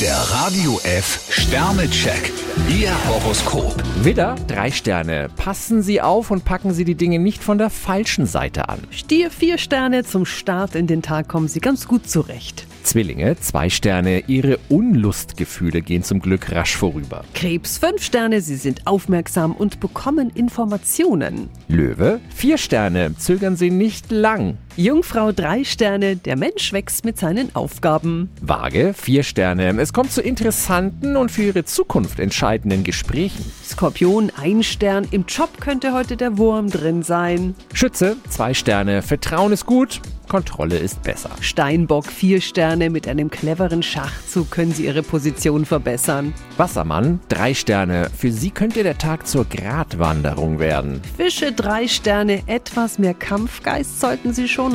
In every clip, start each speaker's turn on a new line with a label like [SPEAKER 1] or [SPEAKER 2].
[SPEAKER 1] Der Radio F Sternecheck. Ihr Horoskop.
[SPEAKER 2] Widder, drei Sterne. Passen Sie auf und packen Sie die Dinge nicht von der falschen Seite an.
[SPEAKER 3] Stier vier Sterne, zum Start in den Tag kommen Sie ganz gut zurecht.
[SPEAKER 2] Zwillinge, zwei Sterne. Ihre Unlustgefühle gehen zum Glück rasch vorüber.
[SPEAKER 3] Krebs fünf Sterne, Sie sind aufmerksam und bekommen Informationen.
[SPEAKER 2] Löwe, vier Sterne. Zögern Sie nicht lang.
[SPEAKER 3] Jungfrau drei Sterne, der Mensch wächst mit seinen Aufgaben.
[SPEAKER 2] Waage, vier Sterne. Es kommt zu interessanten und für Ihre Zukunft entscheidenden Gesprächen.
[SPEAKER 3] Skorpion ein Stern, im Job könnte heute der Wurm drin sein.
[SPEAKER 2] Schütze, zwei Sterne. Vertrauen ist gut, Kontrolle ist besser.
[SPEAKER 3] Steinbock vier Sterne, mit einem cleveren Schachzug können Sie Ihre Position verbessern.
[SPEAKER 2] Wassermann, drei Sterne. Für Sie könnte der Tag zur Gratwanderung werden.
[SPEAKER 3] Fische drei Sterne, etwas mehr Kampfgeist sollten Sie schon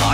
[SPEAKER 1] E.